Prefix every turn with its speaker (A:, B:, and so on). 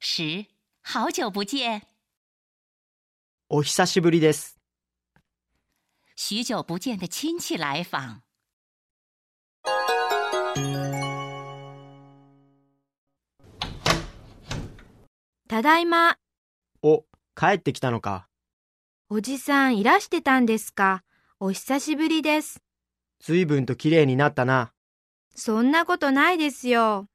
A: 时，好久不见，
B: お久しぶりです。
A: 许久不见的亲戚来访。
C: ただいま、
B: お、帰ってきたのか。
C: おじさんいらしてたんですか。お久しぶりです。
B: ずいぶんと綺麗になったな。
C: そんなことないですよ。